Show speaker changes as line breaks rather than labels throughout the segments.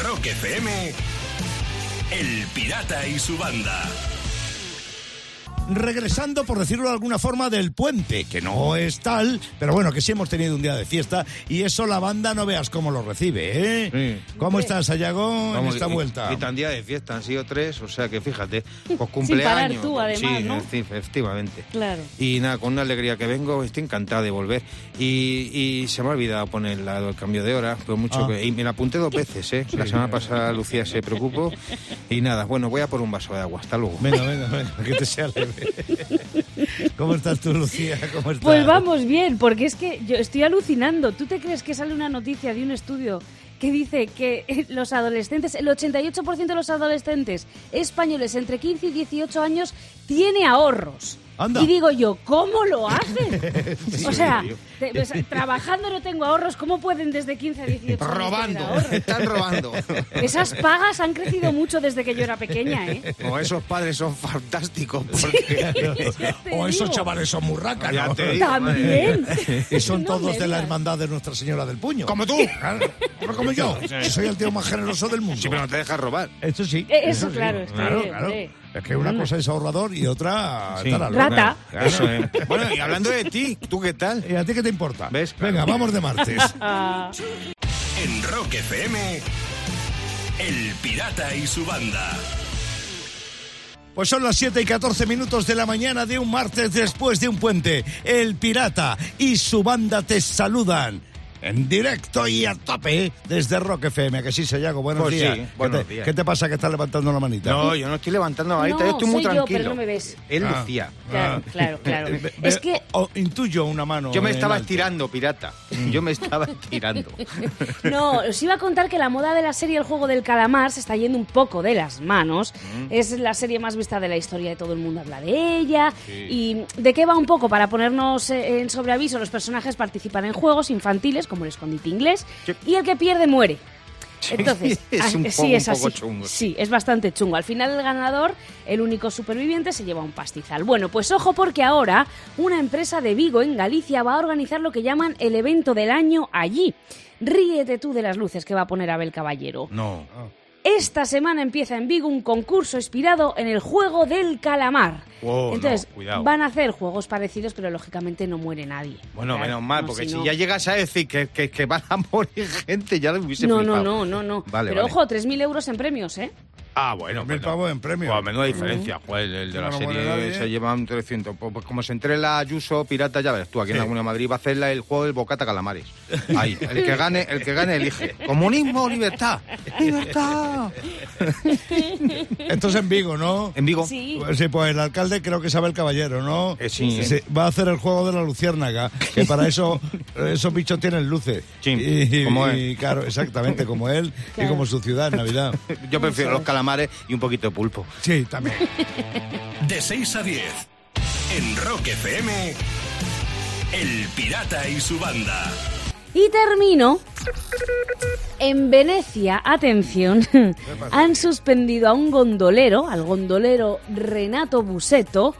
Rock FM, El Pirata y su banda.
Regresando, por decirlo de alguna forma, del puente, que no es tal, pero bueno, que sí hemos tenido un día de fiesta y eso la banda no veas cómo lo recibe, ¿eh? ¿Cómo estás, Sayago, en
Vamos,
esta
y-
vuelta?
Y tan día de fiesta, han sido tres, o sea que fíjate, pues
parar
cumpleaños.
tú, además,
sí,
¿no?
sí, efectivamente.
Claro.
Y nada, con una alegría que vengo, estoy encantada de volver. Y, y se me ha olvidado poner la- el cambio de hora, pero mucho
Ah.
que- y me la apunté dos veces, ¿eh? La semana pasada Lucía se preocupó. Y nada, bueno, voy a por un vaso de agua, hasta luego.
Venga, venga, venga, que te sea leve. ¿Cómo estás tú, Lucía? ¿Cómo estás?
Pues vamos bien, porque es que yo estoy alucinando. ¿Tú te crees que sale una noticia de un estudio que dice que eh, los adolescentes, el 88% de los adolescentes españoles entre 15 y 18 años tiene ahorros?
Anda.
Y digo yo, ¿cómo lo hacen? o sea,
tío.
te- pues, trabajando no tengo ahorros, ¿cómo pueden desde 15 a 18 años tener
Robando,
ahorros?
están robando.
Esas pagas han crecido mucho desde que yo era pequeña, ¿eh?
O Pues esos padres son fantásticos porque...
Te
O Oh, esos
digo.
chavales son murracas,
Ya
¿no?
te digo.
También.
Y son
No
todos
me
de la
digas.
hermandad de Nuestra Señora del Puño.
Como tú.
Claro, no como yo. Soy el tío más generoso del mundo.
Sí, pero no te dejas robar.
Eso sí.
Eh, eso, claro, está
claro,
bien,
claro.
eh.
Es que una cosa es ahorrador y otra
Sí.
tal a lo-
Rata.
Claro, eso es. Bueno, y hablando de ti, ¿tú qué tal?
¿Y a ti qué te importa?
¿Ves?
Venga, vamos de martes.
Ah.
En Rock FM, El Pirata y su banda.
Pues son las 7 y 14 minutos de la mañana de un martes después de un puente. El Pirata y su banda te saludan. En directo y a tope desde Rock FM. ¿A Que sí, Sellago, buenos
Pues sí,
días.
buenos
¿Qué te,
días.
¿Qué te pasa que estás levantando la manita?
No, yo no estoy levantando la manita,
No,
yo estoy muy
soy yo, pero
tranquilo.
no me ves.
Él
Ah.
decía.
Claro, claro, claro.
Ve- ve-
Es que
Eh, o- intuyo una mano.
Yo me
en
estaba
alto.
estirando, pirata. Yo me estaba estirando.
No, os iba a contar que la moda de la serie El juego del calamar se está yendo un poco de las manos.
Mm.
Es la serie más vista de la historia y todo el mundo habla de ella. ¿Y de qué va un poco? Para ponernos eh, en sobreaviso, los personajes participan en juegos infantiles, como el escondite inglés,
Sí.
y el que pierde muere. Entonces,
es
ah,
un
sí,
poco-
es
un poco
así.
chungo.
Sí, es bastante chungo. Al final el ganador, el único superviviente, se lleva un pastizal. Bueno, pues ojo porque ahora una empresa de Vigo en Galicia va a organizar lo que llaman el evento del año allí. Ríete tú de las luces que va a poner Abel Caballero.
No.
Esta semana empieza en Vigo un concurso inspirado en el juego del calamar.
Wow, no,
Entonces,
cuidado.
van a hacer juegos parecidos, pero lógicamente no muere nadie.
Bueno,
Claro,
menos mal,
Ah, no,
porque si
no-
ya llegas a decir que, que, que van a morir gente, ya lo hubiese
No, no,
flipado.
no, no, no.
Vale,
pero
vale.
ojo, 3.000 euros en premios, ¿eh?
Ah, bueno.
Mil
bueno.
pavos en premio.
Buah, menuda
Mm.
diferencia, joder, el de
No,
la
no
serie
muere nadie.
se lleva un 300. Pues, pues como se entre la Ayuso, Pirata, ya verás tú, aquí en Laguna de Madrid va a hacer la- el juego del bocata calamares. Ahí, el que gane, el que gane elige. Comunismo o libertad. Libertad.
Esto es en Vigo, ¿no?
En Vigo.
Sí.
Pues Sí, pues el alcalde creo que sabe el caballero, ¿no?
Eh, sí, eh.
Va a hacer el juego de la luciérnaga, que para eso esos bichos tienen luces.
Sí,
y,
como él.
y claro, exactamente, como él y
Claro.
como su ciudad en Navidad.
Yo prefiero los calamares y un poquito de pulpo.
Sí, también.
De 6 a 10, en Rock FM, El Pirata y su banda.
Y termino. En Venecia, atención, han suspendido a un gondolero, al gondolero Renato Buseto,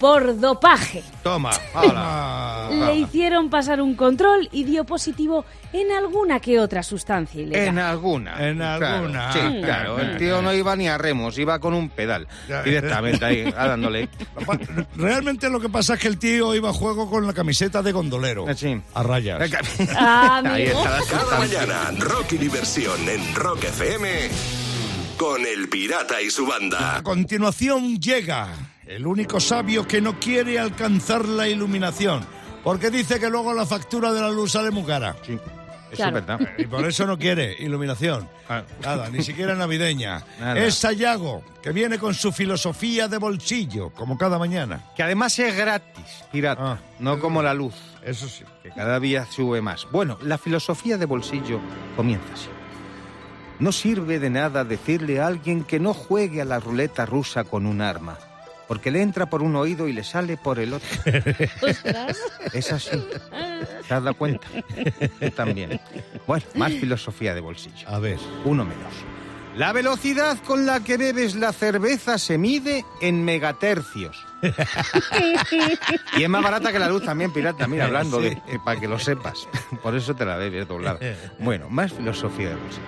por dopaje.
Toma, hala.
Ah,
Le hicieron pasar un control y dio positivo en alguna que otra sustancia
En
ilegal.
alguna.
En alguna.
Claro, Mm. sí, claro. El tío no iba ni a remos, iba con un pedal.
Ya.
Directamente ahí, a dándole.
lo pa- Realmente lo que pasa es que el tío iba a juego con la camiseta de gondolero.
Eh, sí.
A rayas.
Ahí
Amigo.
está
Cada
la sustancia.
mañana, rock y diversión en Rock FM, con El Pirata y su
A
banda.
continuación llega el único sabio que no quiere alcanzar la iluminación, porque dice que luego la factura de la luz sale muy cara.
Sí, eso
Claro.
es verdad.
Y por eso no quiere iluminación.
Ah.
Nada, ni siquiera navideña.
Nada.
Es Sayago, que viene con su filosofía de bolsillo, como cada mañana.
Que además es gratis, pirata.
Ah.
no como la luz,
Eso sí.
que cada día sube más. Bueno, la filosofía de bolsillo comienza así. No sirve de nada decirle a alguien que no juegue a la ruleta rusa con un arma, porque le entra por un oído y le sale por el otro.
Ostras.
Es así. ¿Te has dado cuenta? Tú también. Bueno, más filosofía de bolsillo.
A ver.
Uno menos. La velocidad con la que bebes la cerveza se mide en megatercios. y es más barata que la luz también, pirata. Mira, hablando de. eh, para que lo sepas. Por eso te la debes doblada. Bueno, más filosofía de bolsillo.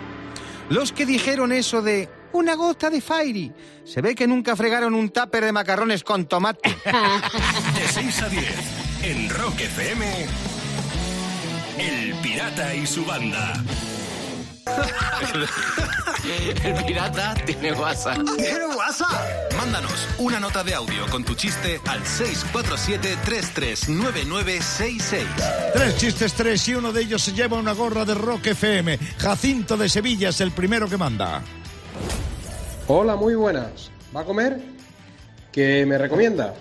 Los que dijeron eso de una gota de Fairy. Se ve que nunca fregaron un tupper de macarrones con tomate.
De 6 a 10 en Rock FM, El Pirata y su banda.
El pirata tiene WhatsApp.
¿Tiene WhatsApp? Mándanos una nota de audio con tu chiste al 647-339966.
Tres chistes, tres, y uno de ellos se lleva una gorra de Rock FM. Jacinto de Sevilla es el primero que manda.
Hola, muy buenas. ¿Va a comer? ¿Qué me recomienda?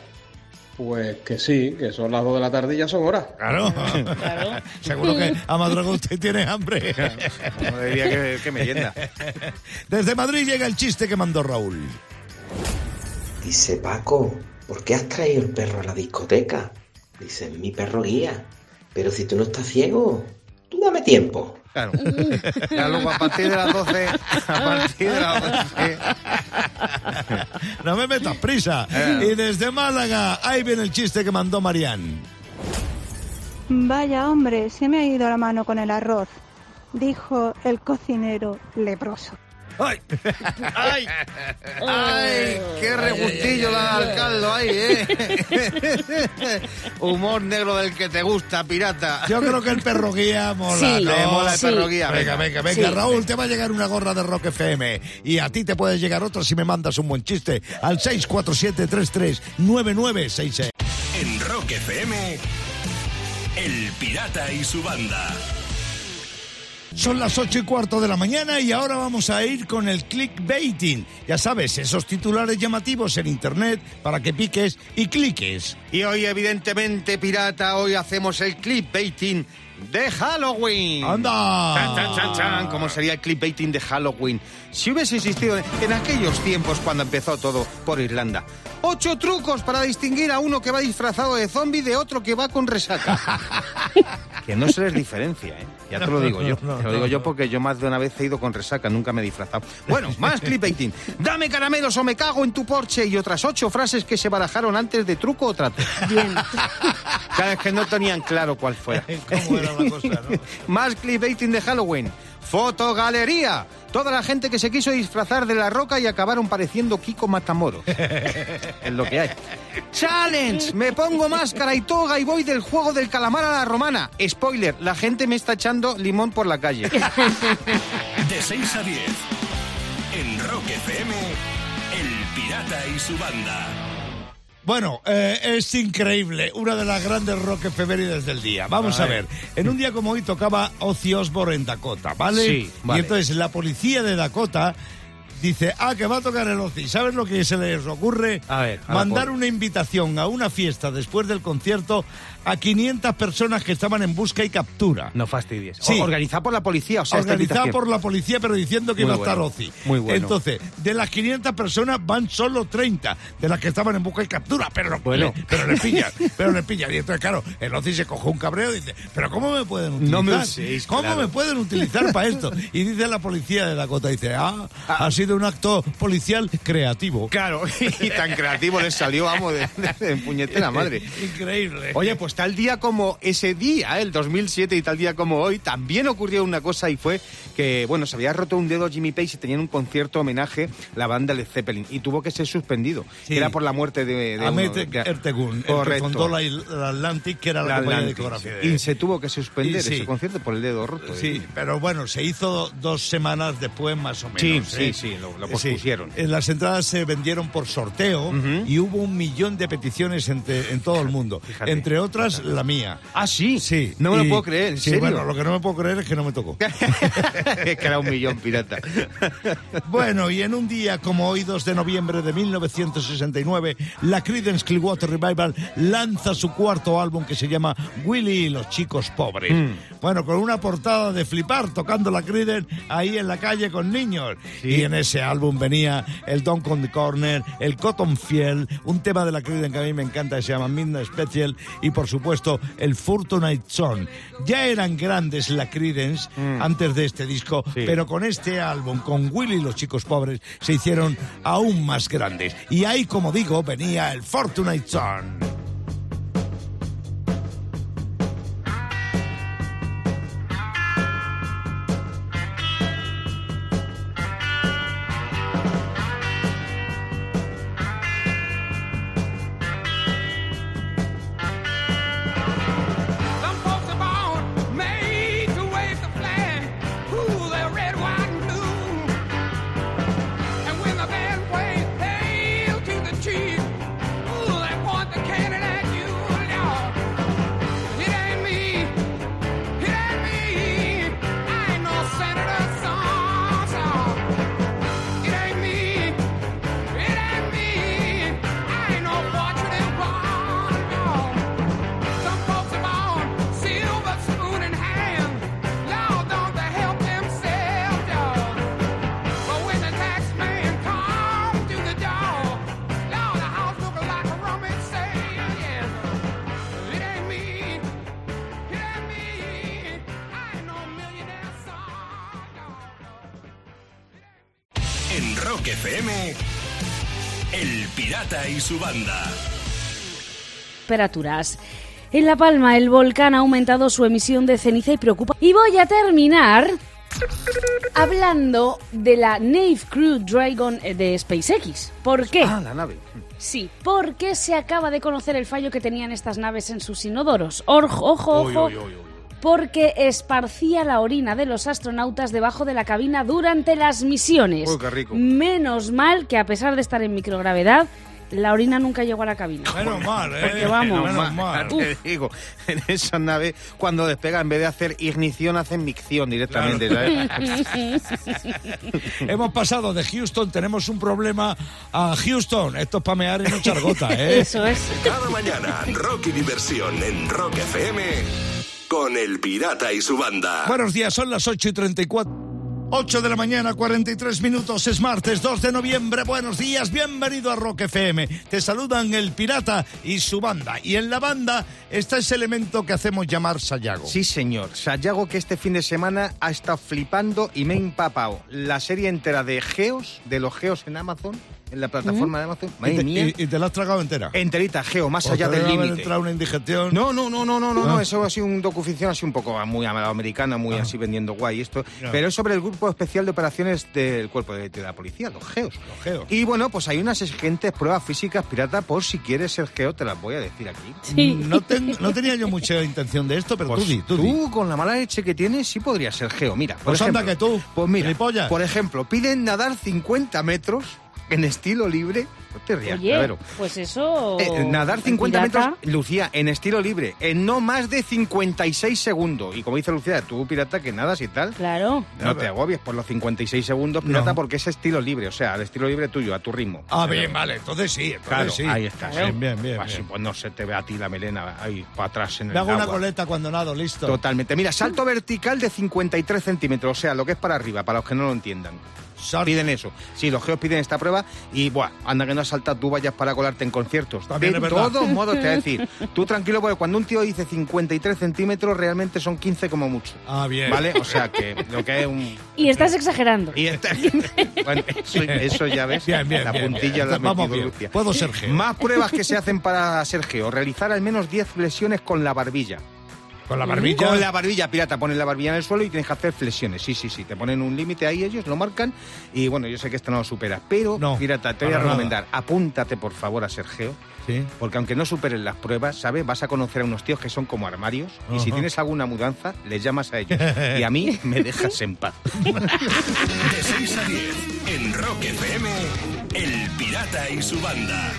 Pues que sí, que son las 2 de la tarde y ya son horas.
Claro. Seguro que a madrugada usted tiene hambre.
Como diría que, que merienda.
Desde Madrid llega el chiste que mandó Raúl.
Dice Paco, ¿por qué has traído el perro a la discoteca? Dice, mi perro guía. Pero si tú no estás ciego, tú dame tiempo.
Claro. Ya luego a partir de las 12. A partir de las 12.
No me metas prisa.
Eh.
Y desde Málaga, ahí viene el chiste que mandó Marián.
Vaya hombre, se me ha ido la mano con el arroz, dijo el cocinero leproso.
¡Ay!
¡Ay! ¡Ay! ¡Qué regustillo le da al caldo ahí, eh! Humor negro del que te gusta, pirata.
Yo creo que el perro guía mola,
Sí.
¿no?
Me mola el
Sí.
perro guía.
Venga, venga, venga. Raúl, te va a llegar una gorra de Rock FM. Y a ti te puede llegar otra si me mandas un buen chiste al 647-339966.
En Rock FM, El Pirata y su banda.
Son las 8 y cuarto de la mañana y ahora vamos a ir con el clickbaiting. Ya sabes, esos titulares llamativos en internet para que piques y cliques.
Y hoy, evidentemente, pirata, hoy hacemos el clipbaiting de Halloween.
¡Anda!
Chan, chan, chan, chan. ¿Cómo sería el clipbaiting de Halloween? Si hubiese existido en, en aquellos tiempos cuando empezó todo por Irlanda. Ocho trucos para distinguir a uno que va disfrazado de zombie de otro que va con resaca. que no se les diferencia, ¿eh? Ya te lo digo yo.
No, no,
te lo digo yo porque yo más de una vez he ido con resaca, nunca me he disfrazado. Bueno, más clipbaiting. Dame caramelos o me cago en tu porche y otras ocho frases que se barajaron antes de truco o trato.
Bien.
Claro, es que no tenían claro cuál fuera.
¿Cómo era la cosa, no?
Más clickbaiting de Halloween. Fotogalería. Toda la gente que se quiso disfrazar de la roca y acabaron pareciendo Kiko Matamoro. es lo que hay. Challenge. Me pongo máscara y toga y voy del juego del calamar a la romana. Spoiler. La gente me está echando limón por la calle.
De 6 a 10 en Rock FM, El Pirata y su banda.
Bueno, eh, es increíble, una de las grandes rock efemérides del día. Vamos a, ver, en un día como hoy tocaba Ozzy Osbourne en Dakota, ¿vale?
Sí, vale.
Y entonces la policía de Dakota dice, ah, que va a tocar el Ozzy. ¿Sabes lo que se les ocurre?
A ver, a la
Mandar
poli.
una invitación a una fiesta después del concierto a 500 personas que estaban en busca y captura.
No fastidies.
Sí.
O- Organizada por la policía, o sea, esta
Organizada
invitación.
por la policía, pero diciendo que
Muy
iba a estar
bueno,
Ozzy.
muy bueno.
Entonces, de las 500 personas van solo 30, de las que estaban en busca y captura, pero, lo-
Bueno.
le, pero le pillan, pero le pillan. Y entonces, claro, el Ozzy se cogió un cabreo y dice, pero ¿cómo me pueden utilizar?
No me uséis,
¿Cómo
claro.
me pueden utilizar para esto? Y dice la policía de Dakota, dice, ah, ha sido un acto policial creativo.
Claro, y tan creativo les salió, vamos, de, de- de puñetera madre.
Eh, Increíble.
Oye, pues tal día como ese día, el 2007 y tal día como hoy, también ocurrió una cosa y fue que, bueno, se había roto un dedo Jimmy Page y tenían un concierto homenaje la banda Led Zeppelin y tuvo que ser suspendido.
Sí.
que Era por la muerte de... de
Ahmed
uno, de-
Ertegun, el que
Correcto.
fundó la, la Atlantic, que era la,
La
compañía de
Atlantic.
discografía. de-
Y se tuvo que suspender
Y sí.
ese concierto por el dedo roto.
Sí, pero bueno, se hizo dos semanas después más o menos.
Sí,
¿eh?
sí, sí, lo- lo
Sí.
pospusieron.
Eh, Las entradas se vendieron por sorteo y hubo un millón de peticiones entre- en todo el mundo.
Fíjate.
entre otras, la mía.
Ah, sí.
Sí.
No me lo
y-
puedo creer, en
sí,
serio.
bueno, lo que no me puedo creer es que no me tocó.
es que era un millón pirata.
Bueno, y en un día como hoy, 2 de noviembre de 1969, la Creedence Clearwater Revival lanza su cuarto álbum que se llama Willy y los chicos pobres.
Mm.
Bueno, con una portada de flipar, tocando la Creedence ahí en la calle con niños. Y en ese álbum venía el Don on the Corner, el Cotton Field, un tema de la Creedence que a mí me encanta que se llama Midnight Special y, por supuesto, el Fortnite Song. Ya eran grandes la Creedence antes de este disco,
Sí.
pero con este álbum, con Willy y los chicos pobres, se hicieron aún más grandes. Y ahí, como digo, venía el Fortnite Song.
Fortnite
En Rock FM, El Pirata y su banda.
temperaturas. En La Palma, el volcán ha aumentado su emisión de ceniza y preocupa. Y voy a terminar hablando de la Nave Crew Dragon eh, de SpaceX. ¿Por qué?
Ah, la nave.
Sí, porque se acaba de conocer el fallo que tenían estas naves en sus inodoros. Orjo, ojo, ojo. Porque esparcía la orina de los astronautas debajo de la cabina durante las misiones.
Uy, qué rico.
Menos mal que a pesar de estar en microgravedad, la orina nunca llegó a la cabina.
Menos mal, ¿eh?
pues, Porque vamos.
Menos mal.
Uf.
Te digo, en esa nave, cuando despega, en vez de hacer ignición, hacen micción directamente. ¿sabes?
Hemos pasado de Houston, tenemos un problema a Houston. Esto es pamear en un chargota, ¿eh?
Eso es.
Cada mañana, rock y diversión en Rock FM con El Pirata y su banda.
Buenos días, son las 8 y 34. 8 de la mañana, 43 minutos, es martes 2 de noviembre. Buenos días, bienvenido a Rock FM. Te saludan el pirata y su banda. Y en la banda está ese elemento que hacemos llamar Sayago.
Sí, señor. Sayago, que este fin de semana ha estado flipando y me he empapado la serie entera de Geos, de los Geos en Amazon, en la plataforma de Amazon.
y,
Madre
te,
mía.
y- y te la has tragado entera.
Enterita, Geo, más
O
allá
te
del
debe haber
límite.
entrado Ah. una indigestion.
No, no, no, no, no, no, no, eso ha sido un docuficción así un poco ah, muy americana, muy así vendiendo guay esto,
Ah. Ya.
pero es sobre el grupo especial de operaciones del cuerpo de, de la policía, los geos.
Los geos.
Y bueno, pues hay unas exigentes pruebas físicas pirata, por si quieres ser geo, te las voy a decir aquí.
Sí.
No, ten- no tenía yo mucha intención de esto, pero tú di, Pues tú, di.
Pues Tú, con la mala leche que tienes, sí podría ser geo. Mira, por
Pues
ejemplo,
anda que tú,
Pues mira,
gilipollas.
por ejemplo, piden nadar 50 metros en estilo libre. No te rías,
Oye,
Clavero.
pues eso.
Eh, nadar
el
50
pirata,
metros, Lucía, en estilo libre, en no más de 56 segundos. Y como dice Lucía, tú, pirata, que nadas y tal,
Claro.
no te agobies por los 56 segundos, pirata, porque es estilo libre, o sea, el estilo libre tuyo, a tu ritmo.
Ah, bien, vale, entonces sí, entonces
Claro,
sí.
ahí estás.
Bien,
¿eh?
bien, bien.
Así,
bien.
pues no se te ve a ti la melena ahí para atrás en el
Me hago una
agua.
coleta cuando nado, listo.
Totalmente. Mira, salto vertical de 53 centímetros, o sea, lo que es para arriba, para los que no lo entiendan.
Sal-
Piden eso. Sí, los geos piden esta prueba y, buah, anda que no has saltado tú vayas para colarte en conciertos.
También
de
es verdad.
todos modos, te voy a decir, tú tranquilo, porque cuando un tío dice 53 centímetros, realmente son 15 como mucho.
Ah, bien.
¿Vale? O sea, que lo que es un...
Y estás exagerando.
Y esta- Bueno, eso, eso ya ves,
Bien, bien,
la
bien,
puntilla
bien.
la ha
Vamos
metido
bien.
Lucía.
Puedo ser geo.
Más pruebas que se hacen para ser geo. Realizar al menos 10 flexiones con la barbilla.
Con la barbilla.
Con la barbilla, pirata, ponen la barbilla en el suelo y tienes que hacer flexiones. Sí, sí, sí, te ponen un límite ahí, ellos lo marcan y bueno, yo sé que esto no lo supera. Pero,
No,
pirata, te voy a
para nada.
recomendar, apúntate por favor a Sergio,
Sí.
porque aunque no superen las pruebas, ¿sabes? Vas a conocer a unos tíos que son como armarios y si
Ajá.
tienes alguna mudanza, les llamas a ellos. y a mí me dejas en paz.
De 6 a 10 en Rock FM, El Pirata y su banda.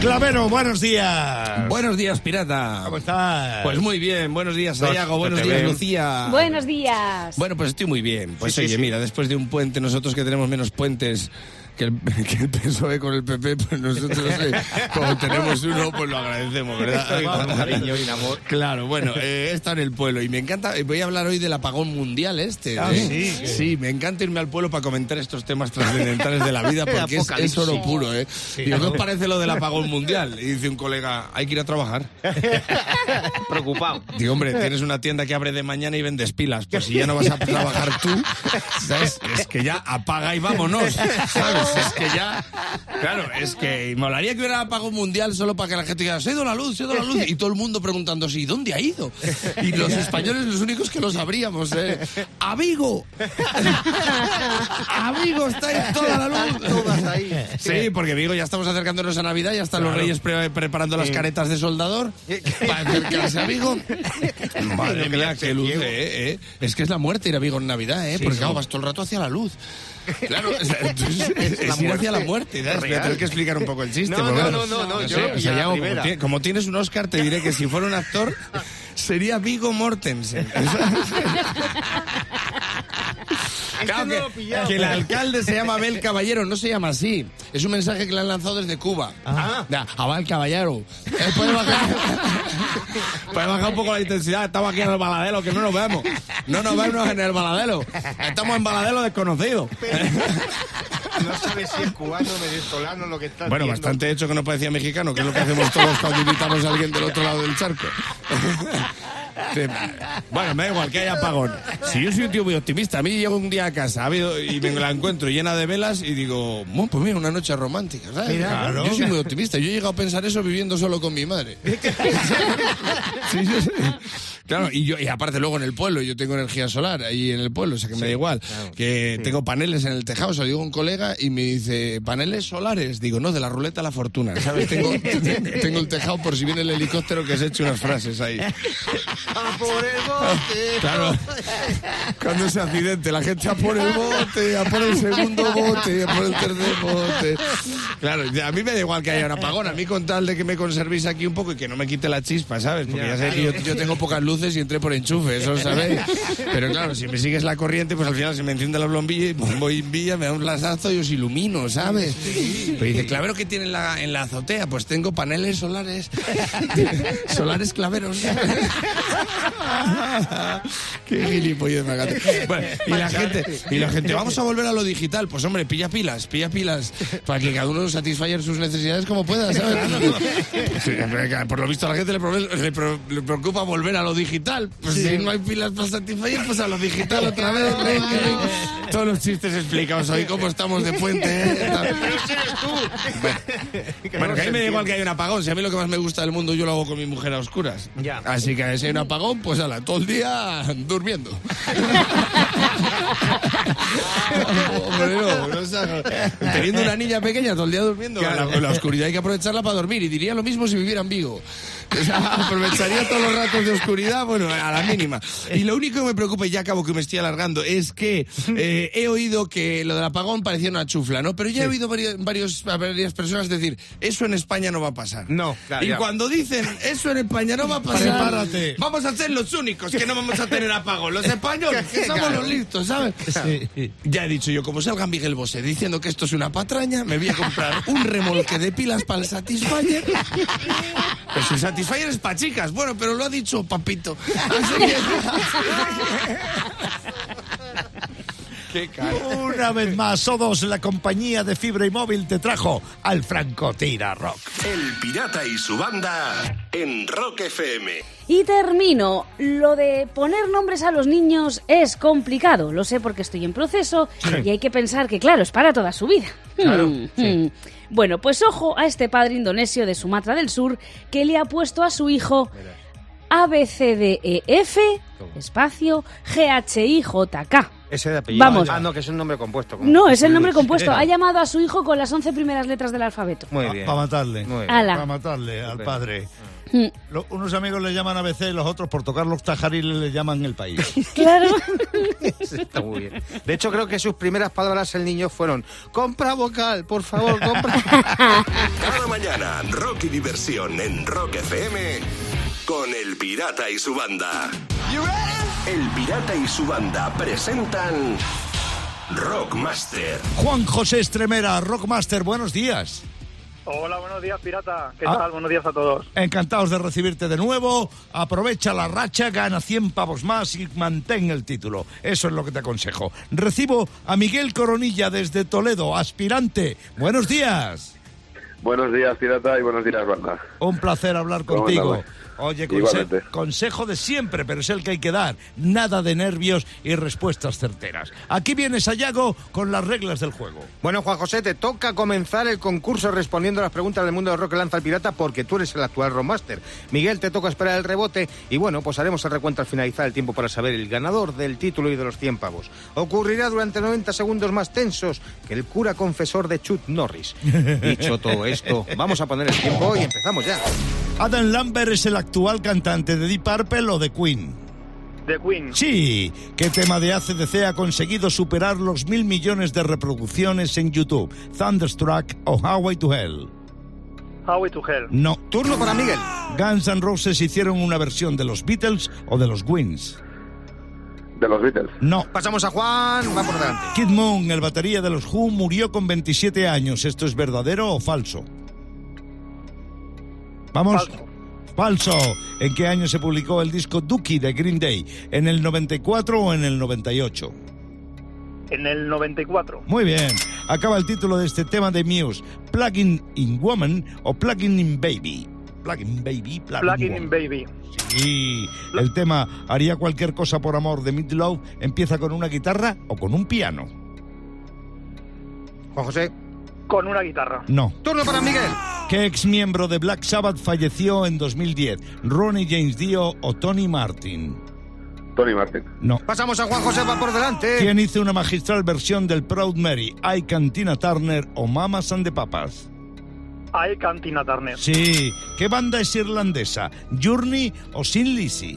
Clavero, buenos días.
Buenos días, pirata.
¿Cómo estás?
Pues muy bien, buenos días,
No,
Sayago,
no
buenos
te
días,
veo.
Lucía.
Buenos días.
Bueno, pues estoy muy bien. Pues
Sí, sí,
oye,
sí.
mira, después de un puente, nosotros que tenemos menos puentes que el, que el PSOE con el PP, pues nosotros, eh, como tenemos uno, pues lo agradecemos, ¿verdad?
Ay, con cariño y amor.
Claro, bueno, eh, he estado en el pueblo y me encanta. eh, Voy a hablar hoy del apagón mundial este.
Ah,
¿eh?
sí.
Sí, me encanta irme al pueblo para comentar estos temas trascendentales de la vida porque es, es oro puro, ¿eh? Digo, ¿qué os parece lo del apagón mundial? Y dice un colega, hay que ir a trabajar.
Preocupado.
Digo, hombre, tienes una tienda que abre de mañana y vendes pilas. Pues si ya no vas a trabajar tú, ¿sabes? Es que ya apaga y vámonos, ¿sabes? Es que ya... Claro, es que molaría que hubiera apagón mundial solo para que la gente dijera, se ha ido la luz, se ha ido la luz. Y todo el mundo preguntándose, ¿y dónde ha ido? Y los españoles los únicos que lo sabríamos, ¿eh? ¡Amigo! ¡Amigo, está en toda la luz!
Todas ahí.
Sí, porque digo, ya estamos acercándonos a Navidad, ya están los reyes pre- preparando las caretas de soldador para acercarse a Vigo. Madre mía, qué luz, eh, eh. Es que es la muerte ir a Vigo en Navidad, ¿eh? porque claro, vas todo el rato hacia la luz. Claro, o sea, entonces, es,
la
ir hacia la
muerte.
muerte. ¿sabes? Voy a
Real.
tener que explicar un poco el chiste.
No,
porque,
no,
bueno,
no, no, no, yo
sé,
lo
o sea,
pillaba
ya, como,
primera.
tie- como tienes un Oscar, te diré que si fuera un actor, sería Vigo Mortensen. Claro
Este no
que,
lo pillaba.
que el alcalde se llama Abel Caballero, no se llama así. Es un mensaje que le han lanzado desde Cuba.
Ah.
Da, Abel Caballero. Eh, puede, bajar, puede bajar un poco la intensidad. Estamos aquí en el baladero, que no nos vemos. No nos vemos en el baladero. Estamos en baladero desconocido.
No sabes si es cubano, venezolano, lo que está
Bueno, bastante hecho que no parecía mexicano, que es lo que hacemos todos cuando invitamos a alguien del otro lado del charco. Sí. Bueno, me da igual que haya apagón. Si yo soy un tío muy optimista, a mí llego un día a casa ha habido- y me la encuentro llena de velas y digo, "Bueno, pues mira, una noche romántica, ¿sabes?
Mira, claro.
Yo soy muy optimista. Yo he llegado a pensar eso viviendo solo con mi madre. Sí, sí, sí. Claro, y yo y aparte luego en el pueblo, yo tengo energía solar ahí en el pueblo, o sea que me da igual. que tengo paneles en el tejado, se lo digo a un colega y me dice, paneles solares. Digo, no, de la ruleta a la fortuna, ¿sabes? Tengo, tengo el tejado por si viene el helicóptero que se eche unas frases ahí.
Ah,
por el bote.
Claro. Cuando ese accidente, la gente a por el bote, a por el segundo bote, a por el tercer bote. Claro, ya, a mí me da igual que haya un apagón, a mí con tal de que me conservéis aquí un poco y que no me quite la chispa, ¿sabes? Porque ya,
Ya,
sé que yo,
claro.
yo tengo pocas luces y entré por enchufe, eso lo sabéis. Pero claro, si me sigues la corriente, pues al final se me enciende la bombilla y voy en villa, me da un lazazo y os ilumino, ¿sabes? Pero dice, clavero que tiene en la, en la azotea, pues tengo paneles solares, solares claveros. Qué gilipollez me agato. Bueno, y la gente, y la gente, vamos a volver a lo digital. Pues hombre, pilla pilas, pilla pilas, para que cada uno satisfaga sus necesidades como pueda, ¿sabes? Sí, venga, por lo visto a la gente le, prove- le pro- le preocupa volver a lo digital. Pues si no hay pilas para satisfacer, pues a lo digital otra vez. Venga, venga. Todos los chistes explicados hoy, cómo estamos de puente. ¿eh? Bueno, que a mí me da igual que haya un apagón. Si a mí lo que más me gusta del mundo yo lo hago con mi mujer a oscuras.
Ya.
Así que si hay un apagón, pues ala, todo el día durmiendo. Pero, no seas- Teniendo una niña pequeña todo el día durmiendo, la, la oscuridad hay que aprovecharla para dormir. Y diría lo mismo si viviera en Vigo. O sea, aprovecharía todos los ratos de oscuridad, bueno, a la mínima. Y lo único que me preocupa, y ya acabo que me estoy alargando, es que eh, he oído que lo del apagón parecía una chufla, ¿no? Pero ya he oído varios, varios- a varias personas decir, eso en España no va a pasar.
No, claro,
Y
ya.
cuando dicen, eso en España no va a pasar,
Prepárate.
vamos a ser los únicos que no vamos a tener apagón. Los españoles, que somos los listos, ¿sabes? Ya he dicho yo, como salga Miguel Bosé diciendo que esto es una patraña, me voy a comprar un remolque de pilas para el Satisfyer. Pero si el Satisfyer es para chicas, bueno, pero lo ha dicho papito. Así que- Qué caro.
Una vez más, todos la compañía de fibra y móvil te trajo al Francotira Rock.
El pirata y su banda en Rock FM.
Y termino. Lo de poner nombres a los niños es complicado. Lo sé porque estoy en proceso y hay que pensar que, claro, es para toda su vida. Hmm, hmm. Bueno, pues ojo a este padre indonesio de Sumatra del Sur que le ha puesto a su hijo ABCDEF, E espacio, GHIJK.
Ese de apellido.
Vamos.
Ah, no, que es un nombre compuesto. como-
No, es el nombre compuesto. Ha llamado a su hijo con las 11 primeras letras del alfabeto.
Muy bien.
Para matarle.
Muy bien. Mm.
Ala.
Para matarle al padre.
Hmm,
Lo- unos amigos le llaman a veces y los otros por tocar los tajariles le llaman el país.
Claro.
Está muy bien. De hecho, creo que sus primeras palabras el niño fueron: Compra vocal, por favor, compra.
Cada mañana, rock y diversión en Rock FM con El Pirata y su banda. El Pirata y su banda presentan Rockmaster.
Juan José Estremera, Rockmaster, buenos días.
Hola, buenos días, pirata. ¿Qué
Ah.
tal? Buenos días a todos.
Encantados de recibirte de nuevo. Aprovecha la racha, gana 100 pavos más y mantén el título. Eso es lo que te aconsejo. Recibo a Miguel Coronilla desde Toledo, aspirante. Buenos días.
Buenos días, pirata, y buenos días, banda.
Un placer hablar
¿Cómo
contigo.
andamos?
Oye, conse-
Igualmente.
consejo de siempre, pero es el que hay que dar. Nada de nervios y respuestas certeras. Aquí viene Sayago con las reglas del juego.
Bueno, Juan José, te toca comenzar el concurso respondiendo a las preguntas del mundo del rock que lanza el pirata porque tú eres el actual rockmaster. Miguel, te toca esperar el rebote y bueno, pues haremos el recuento al finalizar el tiempo para saber el ganador del título y de los 100 pavos. Ocurrirá durante 90 segundos más tensos que el cura confesor de Chuck Norris. Dicho todo esto, vamos a poner el tiempo y empezamos ya.
Adam Lambert es el actual cantante de Deep Purple o de Queen.
The Queen,
Sí, ¿qué tema de ACDC ha conseguido superar los mil millones de reproducciones en YouTube? Thunderstruck o Highway to Hell.
Highway to Hell,
No.
Turno para Miguel.
Guns N' Roses hicieron una versión de los Beatles o de los Wings.
De los Beatles.
No.
Pasamos a Juan, va por delante.
Kid Moon, el batería de los Who, murió con 27 años. ¿Esto es verdadero o falso? Vamos.
Falso.
Falso. ¿En qué año se publicó el disco Dookie de Green Day? ¿En el 94 o en el 98?
en el 94.
Muy bien. Acaba el título de este tema de Muse. Plugin in Woman o Plugin in Baby. Plugin Baby, Plugin
Plugin
Wall.
in Baby.
Sí, el tema Haría cualquier cosa por amor de Midlove empieza con una guitarra o con un piano.
Juan José.
Con una guitarra.
No.
Turno para Miguel.
¿Qué ex miembro de Black Sabbath falleció en 2010? ¿Ronnie James Dio o Tony Martin?
Tony Martin.
No.
Pasamos a Juan José, va por delante.
¿Quién hizo una magistral versión del Proud Mary? ¿Hay Cantina Turner o Mamas and the Papas?
Hay Cantina Turner.
Sí. ¿Qué banda es irlandesa? ¿Journey o Sin Lizzy?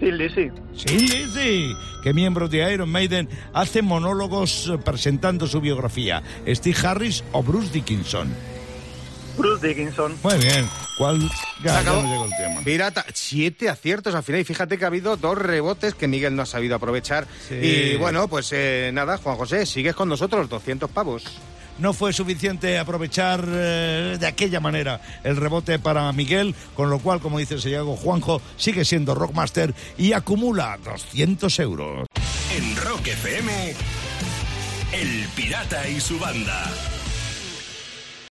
Sin Lizzy.
Sin Lizzy. ¿Qué miembro de Iron Maiden hace monólogos eh, presentando su biografía? ¿Steve Harris o Bruce Dickinson?
Bruce Dickinson.
Muy bien. ¿Cuál? Ya,
Se
ya
acabó.
no llegó el tema.
Pirata, siete aciertos al final. Y fíjate que ha habido dos rebotes que Miguel no ha sabido aprovechar.
Sí.
Y bueno, pues eh, nada, Juan José, sigues con nosotros, 200 pavos.
No fue suficiente aprovechar eh, de aquella manera el rebote para Miguel, con lo cual, como dice el Santiago Juanjo, sigue siendo Rockmaster y acumula 200 euros.
En Rock FM, El Pirata y su banda.